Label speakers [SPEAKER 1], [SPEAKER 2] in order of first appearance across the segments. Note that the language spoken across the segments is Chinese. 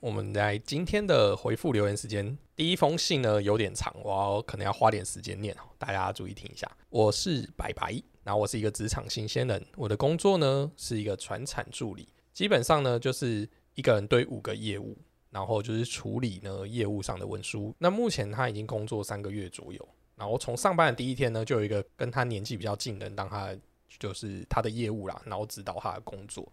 [SPEAKER 1] 我们来今天的回复留言时间，第一封信呢有点长，我要可能要花点时间念哦，大家注意听一下。我是白白，然后我是一个职场新鲜人，我的工作呢是一个传产助理，基本上呢就是一个人对五个业务，然后就是处理呢业务上的文书。那目前他已经工作三个月左右，然后从上班的第一天呢，就有一个跟他年纪比较近的人，当他就是他的业务啦，然后指导他的工作。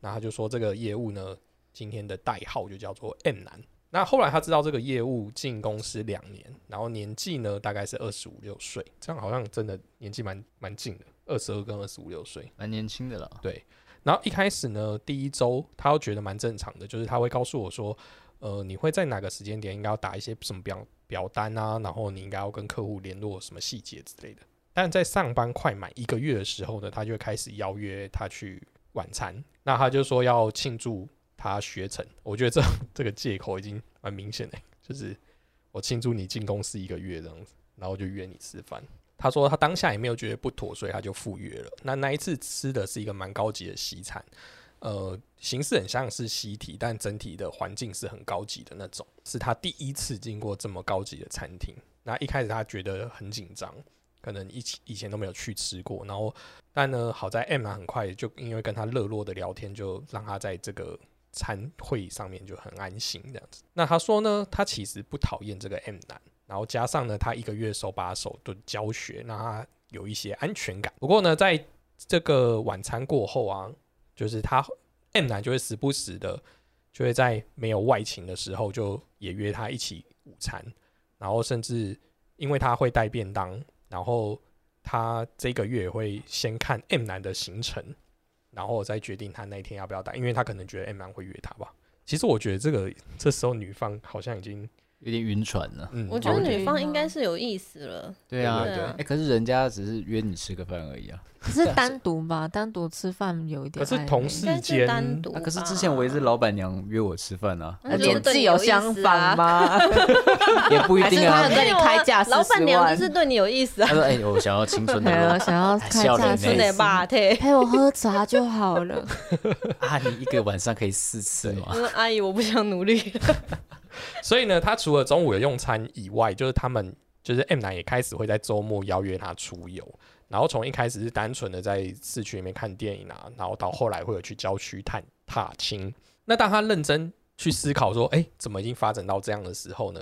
[SPEAKER 1] 那他就说这个业务呢今天的代号就叫做 M 男。那后来他知道这个业务进公司两年，然后年纪呢大概是二十五六岁，这样好像真的年纪蛮蛮近的，二十二跟二十五六岁。
[SPEAKER 2] 蛮年轻的了。
[SPEAKER 1] 然后一开始呢，第一周他又觉得蛮正常的，就是他会告诉我说，呃，你会在哪个时间点应该要打一些什么表表单啊，然后你应该要跟客户联络什么细节之类的。但在上班快满一个月的时候呢，他就会开始邀约他去晚餐，那他就说要庆祝他学成。我觉得这 这个借口已经蛮明显的，就是我庆祝你进公司一个月这样子，然后就约你吃饭。他说他当下也没有觉得不妥，所以他就赴约了。那那一次吃的是一个蛮高级的西餐，呃，形式很像是西体，但整体的环境是很高级的那种。是他第一次经过这么高级的餐厅。那一开始他觉得很紧张，可能以以前都没有去吃过。然后，但呢，好在 M 啊很快就因为跟他热络的聊天，就让他在这个餐会上面就很安心这样子。那他说呢，他其实不讨厌这个 M 男。然后加上呢，他一个月手把手的教学，让他有一些安全感。不过呢，在这个晚餐过后啊，就是他 M 男就会时不时的，就会在没有外勤的时候，就也约他一起午餐，然后甚至因为他会带便当，然后他这个月也会先看 M 男的行程，然后再决定他那一天要不要带，因为他可能觉得 M 男会约他吧。其实我觉得这个这时候女方好像已经
[SPEAKER 2] 有点晕船了。
[SPEAKER 1] 嗯，
[SPEAKER 3] 我觉得
[SPEAKER 1] 好
[SPEAKER 3] 女方应该是有意思了，
[SPEAKER 2] 对啊，
[SPEAKER 3] 对
[SPEAKER 2] 哎、
[SPEAKER 3] 啊
[SPEAKER 2] 可是人家只是约你吃个饭而已啊。
[SPEAKER 4] 可是单独吧，单独吃饭有一点
[SPEAKER 1] 可
[SPEAKER 4] 暧昧。
[SPEAKER 1] 是同
[SPEAKER 3] 应
[SPEAKER 1] 事
[SPEAKER 3] 该
[SPEAKER 1] 间
[SPEAKER 3] 是单独吧、
[SPEAKER 2] 啊可是之前我也是老板娘约我吃饭啊，
[SPEAKER 3] 那
[SPEAKER 4] 那
[SPEAKER 3] 就
[SPEAKER 2] 也
[SPEAKER 3] 是
[SPEAKER 4] 年
[SPEAKER 3] 对你
[SPEAKER 4] 纪
[SPEAKER 3] 有意思啊啊
[SPEAKER 4] 相反吗？
[SPEAKER 2] 也不一
[SPEAKER 4] 还是
[SPEAKER 2] 定
[SPEAKER 4] 他
[SPEAKER 2] 啊
[SPEAKER 4] 有。跟你开价
[SPEAKER 3] 老板娘就
[SPEAKER 4] 40
[SPEAKER 3] 是
[SPEAKER 4] 万
[SPEAKER 3] 对你有意思啊
[SPEAKER 2] 他，说：“哎、我想要青春 的
[SPEAKER 4] 对
[SPEAKER 3] 哎
[SPEAKER 4] 啊，
[SPEAKER 2] 路
[SPEAKER 4] 想要开
[SPEAKER 2] 笑
[SPEAKER 4] 价
[SPEAKER 2] 脸
[SPEAKER 3] 真
[SPEAKER 2] 妹
[SPEAKER 3] 的
[SPEAKER 4] 是
[SPEAKER 3] 吧？对，
[SPEAKER 4] 陪我喝茶就 好了。
[SPEAKER 2] 啊，你一个晚上可以四次
[SPEAKER 3] 我
[SPEAKER 2] 吗？
[SPEAKER 3] 说阿姨，我不想 努力了，
[SPEAKER 1] 所以呢，他除了中午的用餐以外，就是他们就是 M 男也开始会在周末邀约他出游，然后从一开始是单纯的在市区里面看电影啊，然后到后来会有去郊区探踏青。那当他认真去思考说，哎、怎么已经发展到这样的时候呢？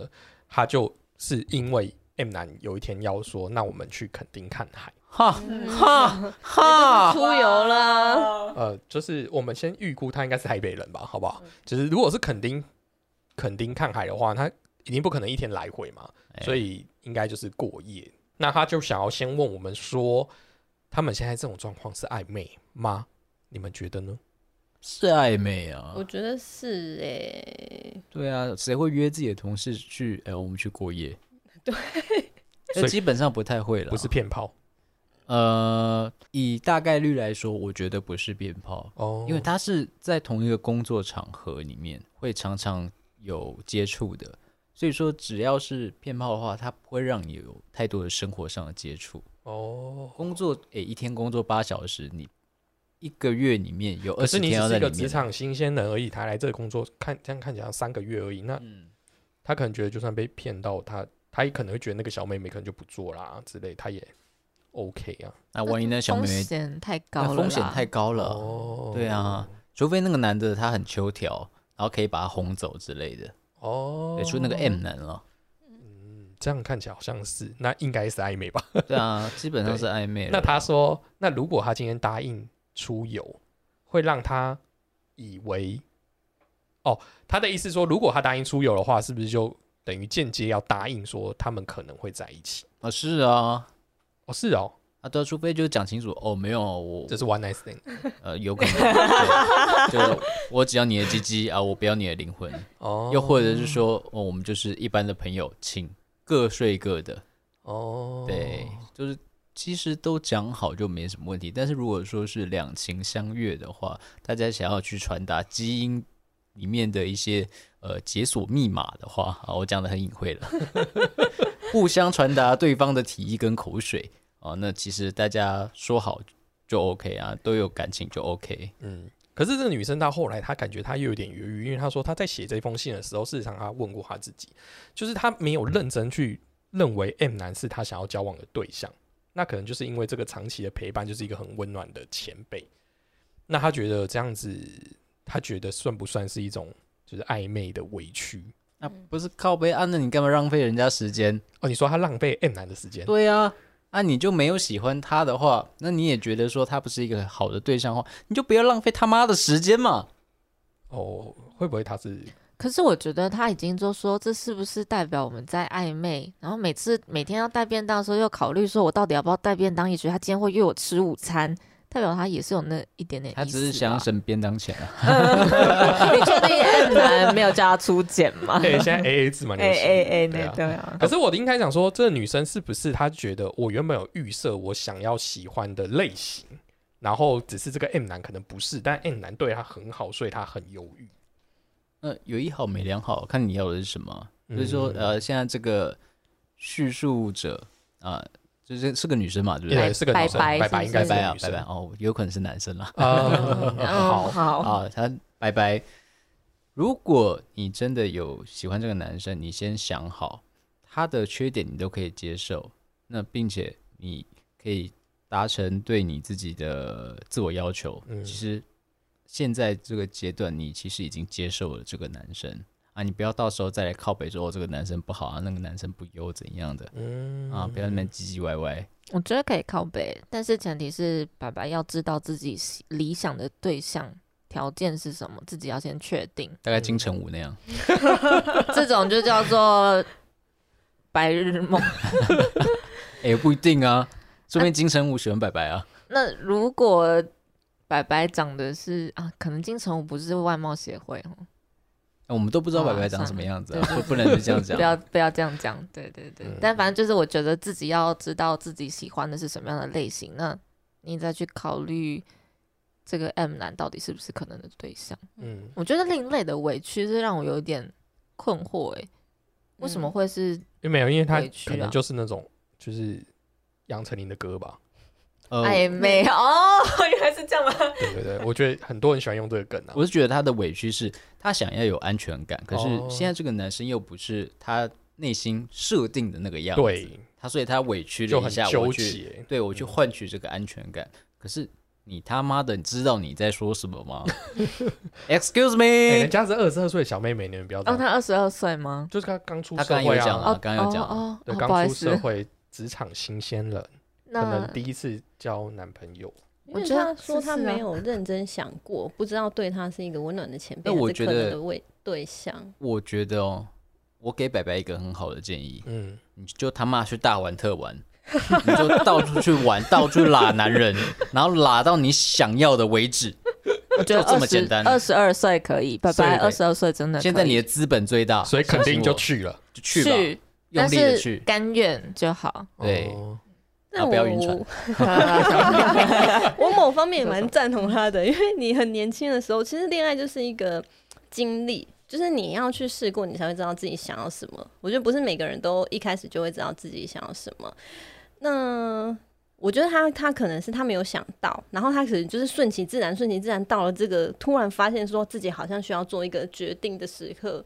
[SPEAKER 1] 他就是因为 M 男有一天要说，那我们去垦丁看海，
[SPEAKER 2] 哈
[SPEAKER 3] 嗯
[SPEAKER 2] 哈
[SPEAKER 3] 那就
[SPEAKER 2] 哈！
[SPEAKER 3] 是出游了。
[SPEAKER 1] 呃，就是我们先预估他应该是台北人吧，好不
[SPEAKER 2] 嗯
[SPEAKER 1] 好？就是如果是垦丁，垦丁看海的话，他一定不可能一天来回嘛，
[SPEAKER 2] 哎
[SPEAKER 1] 所以应该就是过夜。那他就想要先问我们说，他们现在这种状况是暧昧吗？你们觉得呢？
[SPEAKER 2] 是暧昧啊
[SPEAKER 3] 我，觉得是哎、
[SPEAKER 2] 对啊，谁会约自己的同事去？哎、我们去过夜？
[SPEAKER 3] 对，
[SPEAKER 1] 所以
[SPEAKER 2] 基本上不太会了。
[SPEAKER 1] 不是骗炮
[SPEAKER 2] 呃，以大概率来说，我觉得不是鞭炮，
[SPEAKER 1] 哦，
[SPEAKER 2] 因为他是在同一个工作场合里面会常常有接触的，所以说只要是骗炮的话，它不会让你有太多的生活上的接触。
[SPEAKER 1] 哦，
[SPEAKER 2] 工作诶、一天工作八小时，你一个月里面有
[SPEAKER 1] 可
[SPEAKER 2] 二
[SPEAKER 1] 是
[SPEAKER 2] 十
[SPEAKER 1] 你
[SPEAKER 2] 天要
[SPEAKER 1] 只
[SPEAKER 2] 在
[SPEAKER 1] 是一
[SPEAKER 2] 里
[SPEAKER 1] 个职
[SPEAKER 2] 面，
[SPEAKER 1] 场新鲜人而已，他来这个工作看这样看起来三个月而已，那
[SPEAKER 2] 嗯，
[SPEAKER 1] 他可能觉得就算被骗到他。他也可能会觉得那个小妹妹可能就不做啦之类，他也 OK 啊。
[SPEAKER 2] 那万一那小妹
[SPEAKER 4] 风
[SPEAKER 2] 妹
[SPEAKER 4] 险太高
[SPEAKER 2] 那
[SPEAKER 4] 了啦，
[SPEAKER 2] 风险太高了，
[SPEAKER 1] 哦
[SPEAKER 2] 对啊，除非那个男的他很秋条，然后可以把他轰走之类的，
[SPEAKER 1] 哦
[SPEAKER 2] 对，，出那个 M 男了。
[SPEAKER 1] 嗯，这样看起来好像是，那应该是暧昧吧？
[SPEAKER 2] 对啊，基本上是暧昧了。
[SPEAKER 1] 那他说，那如果他今天答应出游，会让他以为，哦，他的意思说，如果他答应出游的话，是不是就等于间接要答应说他们可能会在一起？
[SPEAKER 2] 啊是啊，
[SPEAKER 1] 哦，是哦，
[SPEAKER 2] 啊对啊，除非就讲清楚哦，没有我
[SPEAKER 1] 这是 one night thing
[SPEAKER 2] 呃有可 能，对就我只要你的鸡鸡啊，我不要你的灵魂，
[SPEAKER 1] 哦，
[SPEAKER 2] 又或者是说哦，我们就是一般的朋友，请各睡各的，
[SPEAKER 1] 哦，
[SPEAKER 2] 对，就是。其实都讲好就没什么问题，但是如果说是两情相悦的话，大家想要去传达基因里面的一些呃解锁密码的话，啊，我讲的很隐晦 了，互相传达对方的提议跟口水啊，那其实大家说好就 OK 啊，都有感情就 OK。
[SPEAKER 1] 嗯，可是这个女生到后来，她感觉她又有点犹豫，因为她说她在写这封信的时候，事实上她问过她自己，就是她没有认真去认为 M 男是她想要交往的对象。那可能就是因为这个长期的陪伴，就是一个很温暖的前辈。那她觉得这样子，她觉得算不算是一种就是暧昧的委屈？
[SPEAKER 2] 那、不是靠背啊？那你干嘛浪费人家时间？
[SPEAKER 1] 哦，你说她浪费 M 男的时间，
[SPEAKER 2] 对啊，啊，你就没有喜欢他的话，那你也觉得说他不是一个好的对象的话，你就不要浪费他妈的时间嘛。
[SPEAKER 1] 哦，会不会她 是
[SPEAKER 4] 可是我觉得他已经就说，这是不是代表我们在暧昧？然后每次每天要带便当的时候，又考虑说我到底要不要带便当，也许他今天会约我吃午餐，代表他也是有那哎一点点意思吧。
[SPEAKER 2] 他只是想省便当钱啊。
[SPEAKER 4] 你确定 M 男没有叫他出检吗？
[SPEAKER 1] 对， 现在 A A 制嘛，
[SPEAKER 5] 哎
[SPEAKER 1] 流行
[SPEAKER 5] 哎哎，
[SPEAKER 1] 对
[SPEAKER 5] 那
[SPEAKER 1] 啊
[SPEAKER 5] 对啊，
[SPEAKER 1] 可是我应该想说，这个女生是不是她觉得我原本有预设我想要喜欢的类型，然后只是这个 M 男可能不是，但 M 男对她很好，所以她很犹豫。
[SPEAKER 2] 那、有一好没两好，看你要的是什么啊。就是说，
[SPEAKER 1] 嗯
[SPEAKER 2] 呃，现在这个叙述者啊、就是是个女生嘛，对不
[SPEAKER 1] 也
[SPEAKER 2] 对？
[SPEAKER 1] 哎是个女生，
[SPEAKER 4] 拜拜
[SPEAKER 1] 拜
[SPEAKER 4] 是
[SPEAKER 1] 应
[SPEAKER 4] 不
[SPEAKER 1] 该
[SPEAKER 2] 拜
[SPEAKER 1] 是
[SPEAKER 4] 是
[SPEAKER 2] 拜
[SPEAKER 1] 个
[SPEAKER 2] 啊
[SPEAKER 1] 女，
[SPEAKER 2] 拜
[SPEAKER 1] 生
[SPEAKER 2] 拜。哦，有可能是男生啦。
[SPEAKER 1] 啊，
[SPEAKER 4] 嗯好
[SPEAKER 1] 好，
[SPEAKER 5] 好，
[SPEAKER 2] 啊，他拜拜。如果你真的有喜欢这个男生，你先想好他的缺点，你都可以接受，那并且你可以达成对你自己的自我要求。
[SPEAKER 1] 嗯
[SPEAKER 2] 其实现在这个阶段，你其实已经接受了这个男生啊，你不要到时候再来靠北说、哦、这个男生不好啊，那个男生不优怎样的
[SPEAKER 1] 嗯
[SPEAKER 2] 啊，不要那么唧唧歪歪。
[SPEAKER 4] 我觉得可以靠北，但是前提是白白要知道自己喜理想的对象条件是什么，自己要先确 定。
[SPEAKER 2] 大
[SPEAKER 1] 嗯
[SPEAKER 2] 概金城武那样，
[SPEAKER 4] 这种就叫做白日梦。
[SPEAKER 2] 哎、不一定啊，说不定金城武喜欢白白啊。
[SPEAKER 4] 那如果白白长得是啊，可能金城武不是外貌协会哦，
[SPEAKER 2] 呃我们都不知道白白长什么样子、啊，不不能就这样讲。
[SPEAKER 4] 不要不要这样讲，对对对。
[SPEAKER 1] 嗯
[SPEAKER 4] 但反正就是我觉得自己要知道自己喜欢的是什么样的类型，那你再去考虑这个 M 男到底是不是可能的对象。
[SPEAKER 1] 嗯，
[SPEAKER 4] 我觉得另类的委屈是让我有一点困惑、欸，为什么
[SPEAKER 3] 嗯
[SPEAKER 4] 会是
[SPEAKER 1] 没有，因为她
[SPEAKER 4] 委屈啊
[SPEAKER 1] 可能就是那种就是杨丞琳的歌吧，
[SPEAKER 2] 呃，
[SPEAKER 4] 暧昧、 哦？
[SPEAKER 5] 原来是这样吗？
[SPEAKER 1] 对对 对，我觉得很多人喜欢用这个梗啊。
[SPEAKER 2] 我是觉得他的委屈是他想要有安全感，可是
[SPEAKER 1] 哦
[SPEAKER 2] 现在这个男生又不是他内心设定的那个样子，
[SPEAKER 1] 对，
[SPEAKER 2] 他所以他委屈
[SPEAKER 1] 就
[SPEAKER 2] 了一
[SPEAKER 1] 很
[SPEAKER 2] 下，
[SPEAKER 1] 纠
[SPEAKER 2] 我去，
[SPEAKER 1] 结。嗯
[SPEAKER 2] 对我去换取这个安全感。可是你他妈的，你知道你在说什么 吗？Excuse
[SPEAKER 1] 哎
[SPEAKER 2] me，
[SPEAKER 1] 人家是二十二岁的小妹妹，你们不要这
[SPEAKER 4] 哦，
[SPEAKER 1] 样，
[SPEAKER 4] 他二十二岁吗？
[SPEAKER 1] 就是她刚出
[SPEAKER 2] 他
[SPEAKER 1] 社
[SPEAKER 2] 刚刚
[SPEAKER 1] 会
[SPEAKER 2] 有讲
[SPEAKER 1] 啊，
[SPEAKER 2] 了，
[SPEAKER 4] 哦
[SPEAKER 2] 刚刚有讲了，
[SPEAKER 4] 哦哦
[SPEAKER 1] 对，
[SPEAKER 4] 哦，不好
[SPEAKER 1] 刚
[SPEAKER 4] 意
[SPEAKER 1] 出社
[SPEAKER 4] 思，
[SPEAKER 1] 会，职场新鲜人。可能
[SPEAKER 4] 那
[SPEAKER 1] 第一次交男朋友，
[SPEAKER 3] 因
[SPEAKER 4] 我
[SPEAKER 3] 为
[SPEAKER 4] 觉得
[SPEAKER 3] 他说
[SPEAKER 4] 是
[SPEAKER 3] 他
[SPEAKER 4] 是啊
[SPEAKER 3] 没有认真想过，不知道对他是一个温暖的前辈，
[SPEAKER 2] 那
[SPEAKER 3] 还
[SPEAKER 2] 我
[SPEAKER 3] 是
[SPEAKER 2] 觉
[SPEAKER 3] 可
[SPEAKER 2] 得
[SPEAKER 3] 能的为对象。
[SPEAKER 2] 我觉得哦，我给白白一个很好的建议，
[SPEAKER 1] 嗯，
[SPEAKER 2] 你就他妈去大玩特玩，你就到处去玩，到处拉男人，然后拉到你想要的为止，
[SPEAKER 4] 我觉
[SPEAKER 2] 就
[SPEAKER 4] 得
[SPEAKER 2] 这么
[SPEAKER 4] 20
[SPEAKER 2] 简单。
[SPEAKER 4] 二十二岁可以，拜拜，
[SPEAKER 1] 所以
[SPEAKER 4] 二十二岁真的可以。
[SPEAKER 2] 现在你的资本最大，
[SPEAKER 1] 所以肯定就
[SPEAKER 2] 相信
[SPEAKER 1] 去了。
[SPEAKER 2] 我就去吧，
[SPEAKER 4] 去，
[SPEAKER 2] 用
[SPEAKER 4] 但
[SPEAKER 2] 力的
[SPEAKER 4] 是
[SPEAKER 2] 去。
[SPEAKER 4] 甘愿 就好。
[SPEAKER 2] 对
[SPEAKER 1] 哦
[SPEAKER 2] 啊
[SPEAKER 3] 但我
[SPEAKER 2] 不要晕船
[SPEAKER 3] 我
[SPEAKER 4] 呃
[SPEAKER 3] 我某方面也蛮赞同他的，因 为你很年轻的时候，其实恋爱就是一个经历，就是你要去试过，你才会知道自己想要什么。我觉得不是每个人都一开始就会知道自己想要什么。那我觉得他他可能是他没有想到，然后他可能就是顺其自然，顺其自然到了这个突然发现说自己好像需要做一个决定的时刻。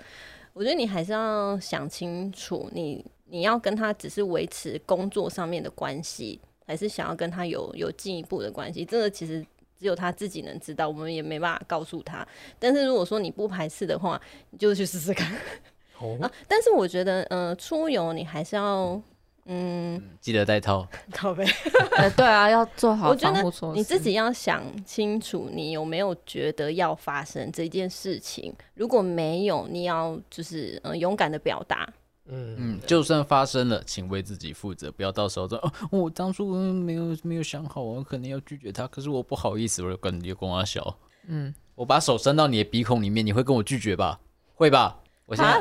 [SPEAKER 3] 我觉得你还是要想清楚，你你要跟他只是维持工作上面的关系，还是想要跟他有有进一步的关系？这个其实只有他自己能知道，我们也没办法告诉他。但是如果说你不排斥的话，你就去试试看
[SPEAKER 1] 哦
[SPEAKER 3] 啊。但是我觉得，呃，出游你还是要，嗯，
[SPEAKER 2] 记得带套。
[SPEAKER 3] 靠背，
[SPEAKER 4] 呃，对啊，要做好
[SPEAKER 3] 我觉
[SPEAKER 4] 防
[SPEAKER 3] 得
[SPEAKER 4] 护措施。
[SPEAKER 3] 你自己要想清楚，你有没有觉得要发生这件事情？如果没有，你要就是嗯、呃勇敢的表达，
[SPEAKER 1] 嗯，
[SPEAKER 2] 嗯，就算发生了，请为自己负责，不要到时候说哦，我当初嗯没有没有想好，我可能要拒绝他，可是我不好意思，我就跟你就跟我小，
[SPEAKER 4] 嗯，
[SPEAKER 2] 我把手伸到你的鼻孔里面，你会 啊跟我拒绝吧？会吧？我现在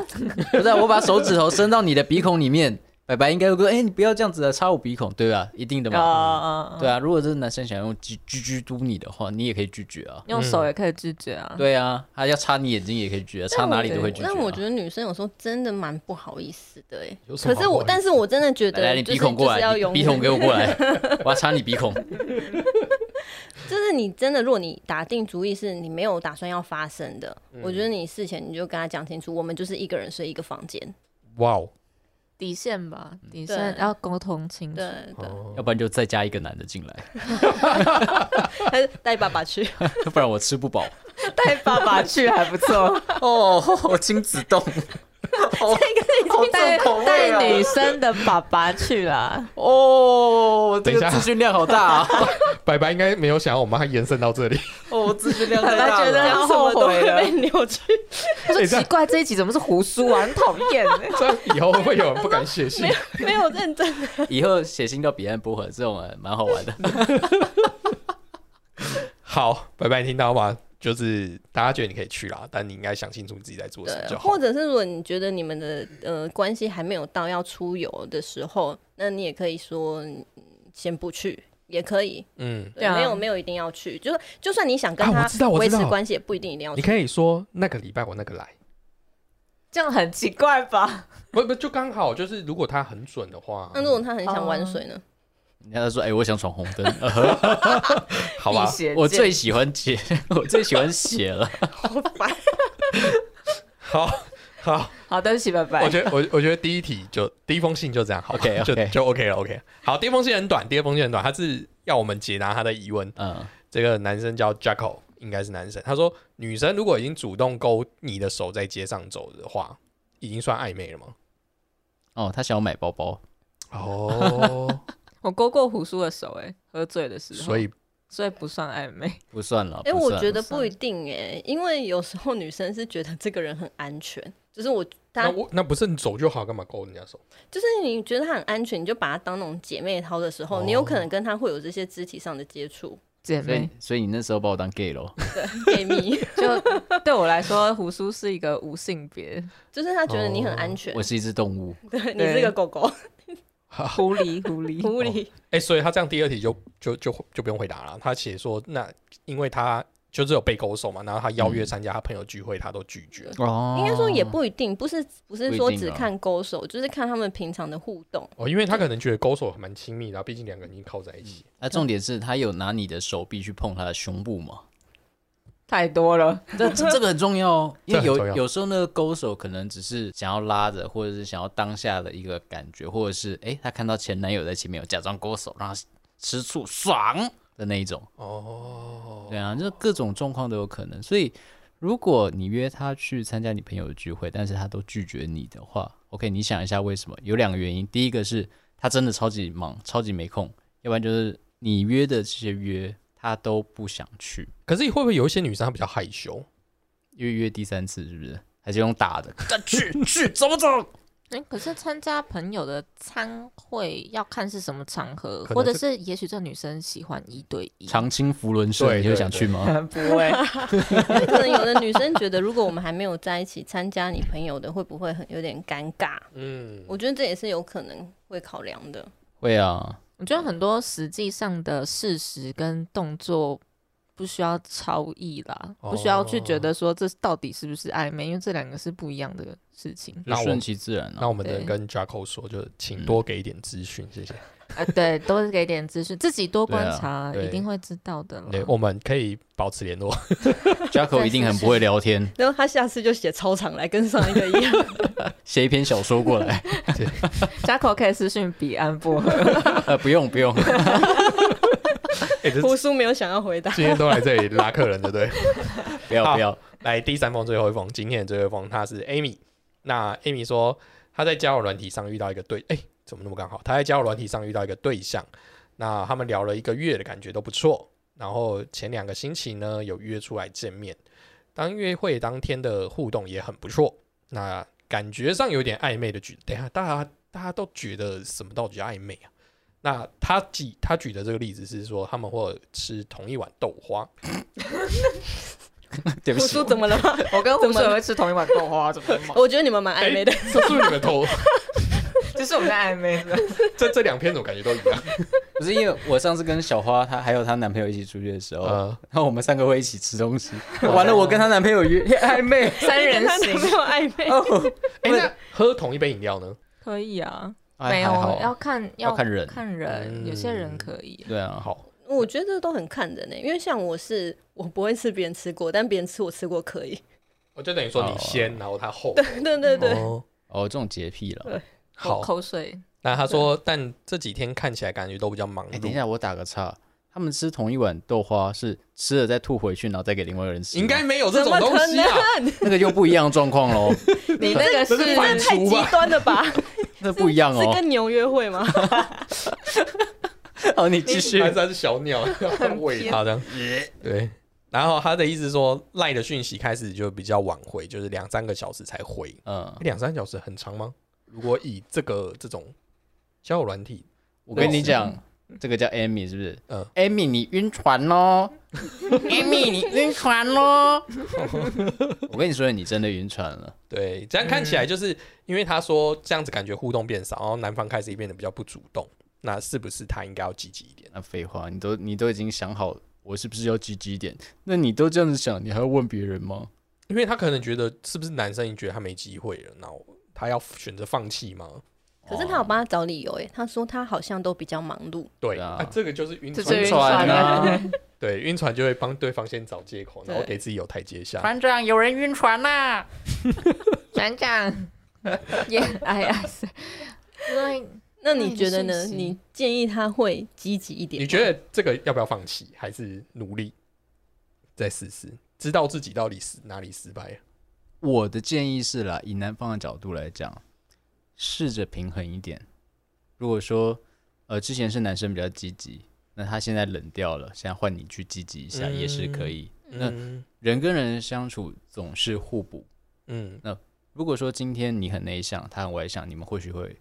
[SPEAKER 2] 不是啊，我把手指头伸到你的鼻孔里面，白白应该会说，哎、你不要这样子啊，插我鼻孔，对吧？一定的嘛。
[SPEAKER 4] 啊，
[SPEAKER 2] 对啊，如果这男生想用狙狙狙嘟你的话，你也可以拒绝啊。
[SPEAKER 4] 用手也可以拒绝啊。
[SPEAKER 2] 对啊，他要插你眼睛也可以拒绝，插哪里都会拒绝、啊。
[SPEAKER 3] 但我觉得女生有时候真的蛮不好意思的哎、
[SPEAKER 1] 有什么
[SPEAKER 3] 可是
[SPEAKER 1] 好
[SPEAKER 3] 我，
[SPEAKER 1] 玩
[SPEAKER 3] 但是我真的觉
[SPEAKER 2] 来来，
[SPEAKER 3] 得
[SPEAKER 2] 你
[SPEAKER 3] 就是
[SPEAKER 2] 鼻孔过
[SPEAKER 3] 就是要
[SPEAKER 2] 来，
[SPEAKER 3] 勇
[SPEAKER 2] 你鼻
[SPEAKER 3] 敢
[SPEAKER 2] 孔给我过 来，我要插你鼻孔。
[SPEAKER 3] 就是你真的，如果你打定主意是你没有打算要发生的，
[SPEAKER 1] 嗯
[SPEAKER 3] 我觉得你事前你就跟他讲清楚，我们就是一个人睡一个房间。
[SPEAKER 1] 哇哦，
[SPEAKER 4] 底线吧，底
[SPEAKER 3] 对
[SPEAKER 4] 线要沟通清楚
[SPEAKER 3] 对。对，
[SPEAKER 1] 哦
[SPEAKER 2] 要不然就再加一个男的进来，
[SPEAKER 3] 还是带爸 爸去，
[SPEAKER 2] 要不然我吃不饱。
[SPEAKER 4] 带爸爸去还不错，
[SPEAKER 2] 哦，亲子 洞，
[SPEAKER 4] 带带女生的爸爸去 啦。
[SPEAKER 2] 哦，这
[SPEAKER 1] 等一
[SPEAKER 2] 个
[SPEAKER 1] 下
[SPEAKER 2] 资讯量好 大啊！
[SPEAKER 1] 白白应该没有想要我们还延伸到这里，
[SPEAKER 2] 哦，资讯量
[SPEAKER 4] 白
[SPEAKER 2] 太
[SPEAKER 4] 白
[SPEAKER 2] 大
[SPEAKER 4] 觉得
[SPEAKER 2] 了。
[SPEAKER 4] 他后悔
[SPEAKER 1] 啊
[SPEAKER 4] 了，
[SPEAKER 3] 扭去。
[SPEAKER 4] 他说
[SPEAKER 1] 哎这样
[SPEAKER 4] 奇怪，这一集怎么是胡说啊？很讨厌 欸。
[SPEAKER 1] 这样以后会不会有人不敢写信？
[SPEAKER 3] 没有认真，
[SPEAKER 2] 以后写信到彼岸薄荷这种呃蛮好玩的。
[SPEAKER 1] 好，白白你听到吗？就是大家觉得你可以去啦，但你应该想清楚自己在做什么
[SPEAKER 3] 对，
[SPEAKER 1] 就好
[SPEAKER 3] 或。者是如果你觉得你们的呃关系还没有到要出游的时候，那你也可以说嗯先不去，也可以，
[SPEAKER 1] 嗯，
[SPEAKER 3] 对，
[SPEAKER 4] 对啊
[SPEAKER 3] 没有没有一定要去，就是就算你想跟
[SPEAKER 1] 啊
[SPEAKER 3] 他
[SPEAKER 1] 我知道我
[SPEAKER 3] 维
[SPEAKER 1] 知
[SPEAKER 3] 持
[SPEAKER 1] 道
[SPEAKER 3] 关系，也不一定一定要
[SPEAKER 1] 你
[SPEAKER 3] 去。
[SPEAKER 1] 可以说那个礼拜我那个来，
[SPEAKER 4] 这样很奇怪吧？
[SPEAKER 1] 不不就刚好就是如果他很准的话，
[SPEAKER 3] 那如果他很
[SPEAKER 1] 哦
[SPEAKER 3] 想玩水呢？
[SPEAKER 2] 人家说，哎，我想闯红 灯。呃
[SPEAKER 1] 好吧
[SPEAKER 4] 避，邪
[SPEAKER 2] 我
[SPEAKER 4] 剑
[SPEAKER 2] 最喜欢写，我最喜欢写 了。
[SPEAKER 1] 好好，
[SPEAKER 4] 好，对不起，拜拜。
[SPEAKER 1] 我觉得我我觉得第一题就第一封信就这样，好吧
[SPEAKER 2] OK，OK
[SPEAKER 1] 就就 OK 了 OK。好，第一封信很短，第二封信很短，他是要我们解答他的疑问。
[SPEAKER 2] 嗯，
[SPEAKER 1] 这个男生叫 Jacko，应该是男生。他说，女生如果已经主动勾你的手在街上走的话，已经算暧昧了吗？
[SPEAKER 2] 哦，他想要买包包，
[SPEAKER 1] 哦，
[SPEAKER 4] 我勾过胡叔的手，哎，喝醉的时候，
[SPEAKER 1] 所以
[SPEAKER 4] 所以不算暧昧。
[SPEAKER 2] 不算了。
[SPEAKER 3] 哎、
[SPEAKER 2] 哦不
[SPEAKER 3] 我
[SPEAKER 2] 算
[SPEAKER 3] 觉
[SPEAKER 2] 了
[SPEAKER 3] 得不一定哎、因为有时候女生是觉得这个人很安全，就是我
[SPEAKER 1] 那
[SPEAKER 3] 他
[SPEAKER 1] 我那不是你走就好，干嘛勾人家手？
[SPEAKER 3] 就是你觉得他很安全，你就把他当那种姐妹掏的时候，你有
[SPEAKER 2] 哦
[SPEAKER 3] 可能跟他会有这些肢体上的接触，
[SPEAKER 4] 姐
[SPEAKER 2] 所以
[SPEAKER 4] 妹，
[SPEAKER 2] 所以你那时候把我当 gay 咯。
[SPEAKER 3] 对 ，gay 蜜，
[SPEAKER 4] 就 对我来说，胡叔是一个无性别
[SPEAKER 3] 就是他觉得你很安全，
[SPEAKER 2] 哦我是一只动物，
[SPEAKER 3] 对你是个狗狗，
[SPEAKER 4] 狐狸，狐 狸，哦
[SPEAKER 3] 狐狸。
[SPEAKER 1] 哎、所以他这样第二题就就就就不用回答了。他写说，那因为他就是有被勾手嘛，然后他邀约参加他朋友聚会，他都拒绝。
[SPEAKER 2] 哦
[SPEAKER 3] 应该说也不一定，不是不是说
[SPEAKER 2] 不一定
[SPEAKER 3] 只
[SPEAKER 2] 啊
[SPEAKER 3] 看勾手，就是看他们平常的互动。
[SPEAKER 1] 哦，因为他可能觉得勾手还蛮亲密的啊，毕竟两个人已经靠在一起。
[SPEAKER 2] 那、重点是他有拿你的手臂去碰他的胸部吗？
[SPEAKER 4] 太多了。
[SPEAKER 2] 这这这个很重要哦，因为
[SPEAKER 1] 这很
[SPEAKER 2] 有
[SPEAKER 1] 重要
[SPEAKER 2] 有时候那个勾手可能只是想要拉着，或者是想要当下的一个感觉，或者是哎、他看到前男友在前面有假装勾手，让他吃醋爽的那一种。
[SPEAKER 1] 嗯哦，
[SPEAKER 2] 对啊，就是各种状况都有可能。所以如果你约他去参加你朋友的聚会，但是他都拒绝你的话，OK，你想一下为什么？有两个原因，第一个是他真的超级忙，超级没空；要不然就是你约的这些约他都不想去，
[SPEAKER 1] 可是会不会有一些女生她比较害羞？
[SPEAKER 2] 因为约第三次是不是？还是用打的？干去去走不走？
[SPEAKER 4] 哎、可是参加朋友的餐会要看是什么场合，
[SPEAKER 1] 可能
[SPEAKER 4] 或者
[SPEAKER 1] 是
[SPEAKER 4] 是也许这女生喜欢一对一，
[SPEAKER 2] 长青福伦社，
[SPEAKER 1] 对
[SPEAKER 2] 你会
[SPEAKER 1] 对
[SPEAKER 2] 想去吗？
[SPEAKER 4] 不会，
[SPEAKER 3] 因为可能有的女生觉得，如果我们还没有在一起，参加你朋友的会不会很有点尴尬？
[SPEAKER 1] 嗯，
[SPEAKER 3] 我觉得这也是有可能会考量的。
[SPEAKER 2] 会啊，
[SPEAKER 4] 我觉得很多实际上的事实跟动作不需要超意啦，不需要去觉
[SPEAKER 2] 哦
[SPEAKER 4] 得说这到底是不是暧昧，因为这两个是不一样的事情。
[SPEAKER 2] 就
[SPEAKER 1] 那我
[SPEAKER 2] 顺其自然啊
[SPEAKER 1] 那。我们的
[SPEAKER 4] 对
[SPEAKER 1] 跟 Jaco 说，就请
[SPEAKER 2] 嗯
[SPEAKER 1] 多给一点资讯，谢谢。
[SPEAKER 4] 啊，对，多给点资讯，自己多观
[SPEAKER 2] 对啊
[SPEAKER 4] 察，
[SPEAKER 1] 对
[SPEAKER 4] 一定会知道的啦。
[SPEAKER 3] 嗯
[SPEAKER 1] 对，我们可以保持联络。
[SPEAKER 2] Jaco 一定很不会聊天，
[SPEAKER 3] 然后他下次就写超长来跟上一个一样，
[SPEAKER 2] 写一篇小说过来。
[SPEAKER 4] 加口可以私讯彼岸 薄荷，
[SPEAKER 2] 呃，不用不用，
[SPEAKER 1] 哎，这
[SPEAKER 3] 胡叔没有想要 回答。
[SPEAKER 1] 今天都来这里拉客人，对不对？
[SPEAKER 2] 不要
[SPEAKER 1] 好
[SPEAKER 2] 不要。
[SPEAKER 1] 来第三封，最后一封，今天的最后一封，她是 Amy。那 Amy 说，她在交友软体上遇到一个对，哎，怎么那么刚好？她在交友软体上遇到一个对象，那他们聊了一个月的感觉都不错。然后前两个星期呢，有约出来见面，当约会当天的互动也很不错。那感觉上有点暧昧的举，等一下大家大家都觉得什么到底叫暧昧啊？那他举他举的这个例子是说，他们会吃同一碗豆花，
[SPEAKER 2] 对不
[SPEAKER 3] 胡
[SPEAKER 2] 起
[SPEAKER 3] 叔，怎么了吗？
[SPEAKER 4] 我跟
[SPEAKER 3] 胡水
[SPEAKER 4] 会吃同一碗豆花，怎么
[SPEAKER 3] 我觉得你们蛮暧昧的，
[SPEAKER 1] 这是你们头
[SPEAKER 5] 这是我们在暧昧 的，
[SPEAKER 1] 这这两篇我感觉都一样。
[SPEAKER 2] 不是因为我上次跟小花她还有她男朋友一起出去的时候，
[SPEAKER 1] 呃，
[SPEAKER 2] 然后我们三个会一起吃东西。完了，我跟她男朋友约 暧昧。
[SPEAKER 4] 哎
[SPEAKER 5] 三人
[SPEAKER 3] 没
[SPEAKER 5] 行。
[SPEAKER 3] 有暧昧，
[SPEAKER 2] 哦，
[SPEAKER 1] 哎，那喝同一杯饮料呢？
[SPEAKER 6] 可以啊，
[SPEAKER 2] 哎
[SPEAKER 5] 没有
[SPEAKER 2] 还好
[SPEAKER 6] 要看
[SPEAKER 2] 要
[SPEAKER 6] 要
[SPEAKER 2] 看人
[SPEAKER 6] 看人，有些人可以。
[SPEAKER 2] 对啊，
[SPEAKER 1] 好，
[SPEAKER 3] 我觉得都很看人呢、欸因为像我是我不会吃别人吃过，但别人吃我吃过可以。
[SPEAKER 1] 我就等于说你先，然后他后。
[SPEAKER 3] 对对对对，
[SPEAKER 1] 哦
[SPEAKER 2] 哦，这种洁癖了。
[SPEAKER 1] 好，
[SPEAKER 6] 口水
[SPEAKER 1] 那他说，但这几天看起来感觉都比较忙
[SPEAKER 2] 哎、等一
[SPEAKER 1] 碌，
[SPEAKER 2] 下，我打个岔。他们吃同一碗豆花是吃了再吐回去，然后再给另外一个人吃吗，
[SPEAKER 1] 应该没有这
[SPEAKER 3] 怎
[SPEAKER 1] 种
[SPEAKER 3] 么
[SPEAKER 1] 东
[SPEAKER 3] 可
[SPEAKER 1] 西啊。
[SPEAKER 3] 能？
[SPEAKER 2] 那个又不一样的状况 喽，
[SPEAKER 6] 你那个
[SPEAKER 1] 这是反
[SPEAKER 3] 这太
[SPEAKER 1] 刍
[SPEAKER 3] 极
[SPEAKER 1] 吧？
[SPEAKER 3] 端了吧？
[SPEAKER 2] 那不一样
[SPEAKER 3] 是
[SPEAKER 2] 哦。
[SPEAKER 3] 跟牛约会吗？
[SPEAKER 2] 好，你继续
[SPEAKER 1] 还。是它是小鸟喂它这样。 对，然后他的意思是说赖的讯息开始就比较晚回，就是两三个小时才回。
[SPEAKER 2] 嗯，
[SPEAKER 1] 两三小时很长吗？如果以这个这种交友软体，
[SPEAKER 2] 我跟你
[SPEAKER 1] 对
[SPEAKER 2] 讲，这个叫 Amy 是不是？
[SPEAKER 1] 嗯
[SPEAKER 2] 嗯，Amy 你晕船 喽，Amy 你晕船喽。 我跟你说，你真的晕船了。
[SPEAKER 1] 对，这样看起来就是、因为他说这样子感觉互动变少，然后男方开始变得比较不主动，那是不是他应该要积极一点？
[SPEAKER 2] 那废话，你都你都已经想好我是不是要积极一点？那你都这样子想，你还要问别人吗？
[SPEAKER 1] 因为他可能觉得是不是男生已经觉得他没机会了，然后他要选择放弃吗？
[SPEAKER 3] 可是他有帮他找理由哎、他说他好像都比较忙碌，
[SPEAKER 1] 对
[SPEAKER 2] 对啊
[SPEAKER 1] 这个就是晕
[SPEAKER 6] 这
[SPEAKER 1] 船
[SPEAKER 6] 就
[SPEAKER 2] 晕
[SPEAKER 6] 是
[SPEAKER 2] 船
[SPEAKER 6] 晕船
[SPEAKER 2] 啊！
[SPEAKER 1] 对，晕船就会帮对方先找借口，然后
[SPEAKER 3] 对
[SPEAKER 1] 给自己有台阶下。
[SPEAKER 5] 船长，有人晕船啦、
[SPEAKER 6] 船长，
[SPEAKER 4] 耶，哎呀，是因为
[SPEAKER 3] 那你觉得呢？
[SPEAKER 4] 嗯是是
[SPEAKER 3] 你建议他会积极一点吗？
[SPEAKER 1] 你觉得这个要不要放弃，还是努力再试试，知道自己到底是哪里失败了？
[SPEAKER 2] 我的建议是啦，以男方的角度来讲，试着平衡一点。如果说呃之前是男生比较积极，那他现在冷掉了，现在换你去积极一下、也是可以。那
[SPEAKER 1] 嗯
[SPEAKER 2] 人跟人相处总是互补。
[SPEAKER 1] 嗯
[SPEAKER 2] 如果说今天你很内向，他很外向，你们或许会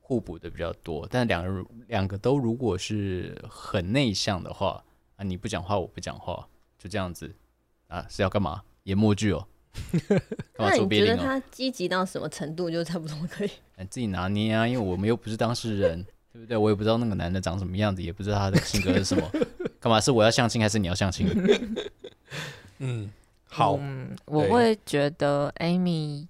[SPEAKER 2] 互补的比较多。但两个人两个都如果是很内向的话，啊，你不讲话，我不讲话，就这样子啊，是要干嘛？演默剧 哦，干
[SPEAKER 3] 那
[SPEAKER 2] 嘛做
[SPEAKER 3] 你
[SPEAKER 2] 别
[SPEAKER 3] 觉得
[SPEAKER 2] 零哦？
[SPEAKER 3] 他积极到什么程度就差不多可以？
[SPEAKER 2] 哎自己拿捏啊，因为我们又不是当事人，对不对？我也不知道那个男的长什么样子，也不知道他的性格是什 么。干嘛是我要相亲还是你要相亲？
[SPEAKER 1] 嗯，好，
[SPEAKER 4] 嗯，我
[SPEAKER 1] 对
[SPEAKER 4] 会觉得 Amy，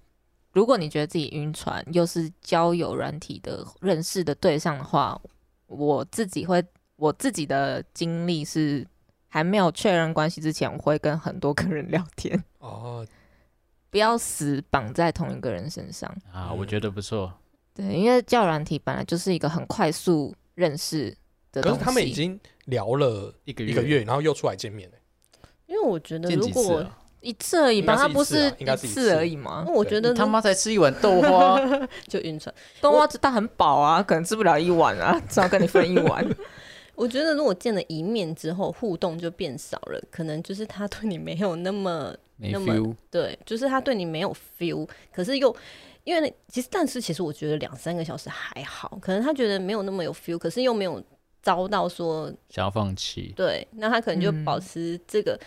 [SPEAKER 4] 如果你觉得自己晕船，又是交友软体的认识的对象的话，我自己会我自己的经历是还没有确认关系之前，我会跟很多个人聊天，
[SPEAKER 1] 哦，
[SPEAKER 4] 不要死绑在同一个人身上。
[SPEAKER 2] 啊，
[SPEAKER 3] 嗯
[SPEAKER 2] 我觉得不错。
[SPEAKER 4] 对，因为交友软体本来就是一个很快速认识的
[SPEAKER 1] 可
[SPEAKER 4] 东
[SPEAKER 1] 是
[SPEAKER 4] 西。
[SPEAKER 1] 他们已经聊了
[SPEAKER 2] 一个
[SPEAKER 1] 一个月，然后又出来见面了。
[SPEAKER 3] 因为我觉得
[SPEAKER 2] 见
[SPEAKER 3] 如
[SPEAKER 2] 几次
[SPEAKER 3] 果、
[SPEAKER 2] 啊？
[SPEAKER 4] 一次而已吧，它
[SPEAKER 1] 应该
[SPEAKER 4] 不
[SPEAKER 1] 是一次啊
[SPEAKER 4] 是
[SPEAKER 1] 应该
[SPEAKER 4] 一
[SPEAKER 1] 是一
[SPEAKER 4] 次
[SPEAKER 1] 次
[SPEAKER 4] 而已吗？
[SPEAKER 3] 我觉得
[SPEAKER 2] 你他
[SPEAKER 3] 如
[SPEAKER 2] 妈啊才吃一碗豆 花，
[SPEAKER 3] 就晕船。
[SPEAKER 4] 冬瓜子蛋很饱啊，可能吃不了一碗 啊，只好跟你分一碗。
[SPEAKER 3] 我觉得如果见了一面之后互动就变少了，可能就是他对你没有那么
[SPEAKER 2] 没
[SPEAKER 3] 那么
[SPEAKER 2] feel。
[SPEAKER 3] 对，就是他对你没有 feel，可是又因为其实但是其实我觉得两三个小时还好，可能他觉得没有那么有 feel，可是又没有遭到说
[SPEAKER 2] 想要放弃。
[SPEAKER 3] 对，那他可能就
[SPEAKER 4] 嗯
[SPEAKER 3] 保持这个。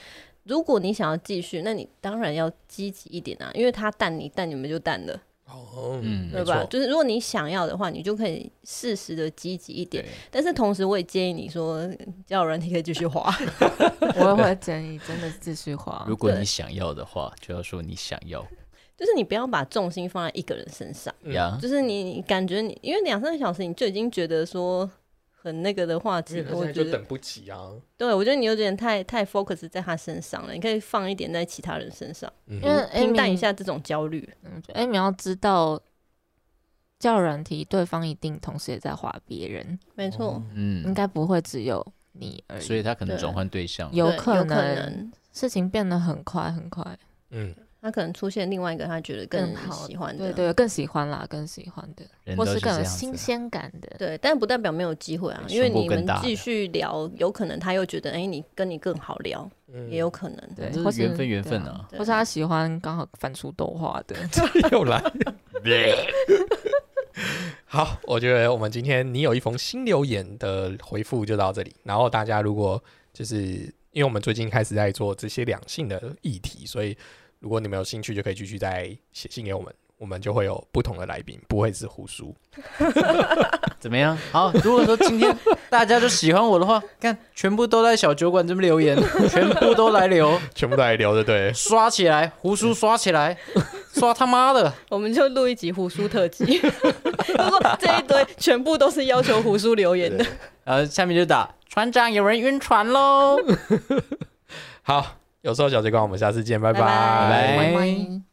[SPEAKER 3] 如果你想要继续，那你当然要积极一点啊，因为他淡你淡你们就淡了，
[SPEAKER 1] 哦，
[SPEAKER 2] 嗯
[SPEAKER 1] 没
[SPEAKER 3] 对
[SPEAKER 1] 错
[SPEAKER 3] 吧？，就是如果你想要的话，你就可以适时的积极一点
[SPEAKER 2] 对。，
[SPEAKER 3] 但是同时，我也建议你说，叫人你可以继续滑。
[SPEAKER 4] 我也会建议真的继续 滑
[SPEAKER 2] 如果
[SPEAKER 3] 对
[SPEAKER 2] 你想要的话，就要说你想要
[SPEAKER 3] 就是你不要把重心放在一个人身上，
[SPEAKER 1] 嗯
[SPEAKER 2] 呀。
[SPEAKER 3] 就是你你感觉你因为两三个小时你就已经觉得说很那个的话，
[SPEAKER 1] 因
[SPEAKER 3] 其
[SPEAKER 1] 为
[SPEAKER 3] 实
[SPEAKER 1] 他现
[SPEAKER 3] 我
[SPEAKER 1] 在就
[SPEAKER 3] 觉得
[SPEAKER 1] 等不及啊。
[SPEAKER 3] 对我觉得你有点太太 focus 在他身上了，你可以放一点在其他人身上，
[SPEAKER 1] 嗯
[SPEAKER 4] 因为
[SPEAKER 3] 平淡
[SPEAKER 4] Amy
[SPEAKER 3] 一，下这种焦虑。
[SPEAKER 4] 嗯就 Amy 要知道，叫人提对方一定同时也在滑别人，
[SPEAKER 3] 没
[SPEAKER 1] 哦
[SPEAKER 3] 错，
[SPEAKER 4] 应
[SPEAKER 2] 嗯，
[SPEAKER 4] 该不会只有你而已。
[SPEAKER 2] 所以他可能
[SPEAKER 3] 对
[SPEAKER 2] 转换对象。
[SPEAKER 4] 有
[SPEAKER 3] 对
[SPEAKER 4] 可
[SPEAKER 3] 有
[SPEAKER 4] 能
[SPEAKER 3] 可能
[SPEAKER 4] 事情变得很快很快，
[SPEAKER 1] 嗯，
[SPEAKER 3] 他可能出现另外一个他觉得更
[SPEAKER 4] 更好
[SPEAKER 3] 喜欢的，
[SPEAKER 4] 对对，更喜欢啦，更喜欢的，
[SPEAKER 2] 人
[SPEAKER 4] 或
[SPEAKER 2] 都
[SPEAKER 4] 是
[SPEAKER 2] 这
[SPEAKER 4] 更有
[SPEAKER 2] 样
[SPEAKER 4] 新
[SPEAKER 2] 子啊。
[SPEAKER 4] 鲜感的。
[SPEAKER 3] 对但不代表没有机会啊，
[SPEAKER 2] 对
[SPEAKER 3] 因为
[SPEAKER 2] 胸部
[SPEAKER 3] 你
[SPEAKER 2] 更
[SPEAKER 3] 们
[SPEAKER 2] 大
[SPEAKER 3] 继续聊，有可能他又觉得哎、你跟你更好聊，
[SPEAKER 1] 嗯
[SPEAKER 3] 也有可能。
[SPEAKER 4] 对，
[SPEAKER 2] 这
[SPEAKER 4] 或
[SPEAKER 2] 是
[SPEAKER 4] 是
[SPEAKER 2] 缘分缘
[SPEAKER 4] 对
[SPEAKER 2] 分
[SPEAKER 4] 啊
[SPEAKER 2] 啊。
[SPEAKER 3] 对
[SPEAKER 4] 或是他喜欢刚好翻出豆花的，
[SPEAKER 1] 又 来。 好，我觉得我们今天你有一封新留言的回复就到这里。然后大家如果就是因为我们最近开始在做这些两性的议题，所以如果你们有兴趣，就可以继续再写信给我们。我们就会有不同的来宾，不会是胡叔。
[SPEAKER 2] 怎么样？好，如果说今天大家都喜欢我的话，看全部都在小酒馆这边 留言，全部都来留，
[SPEAKER 1] 全部都来留，对不对？
[SPEAKER 2] 刷起来，胡叔刷起来，刷他妈的！
[SPEAKER 3] 我们就录一集胡叔特辑， 不过这一堆全部都是要求胡叔留言的。
[SPEAKER 2] 呃，下面就打船长有人晕船喽。
[SPEAKER 1] 好，有时候小酒馆，我们下次见，拜
[SPEAKER 3] 拜
[SPEAKER 2] 拜
[SPEAKER 6] 拜拜。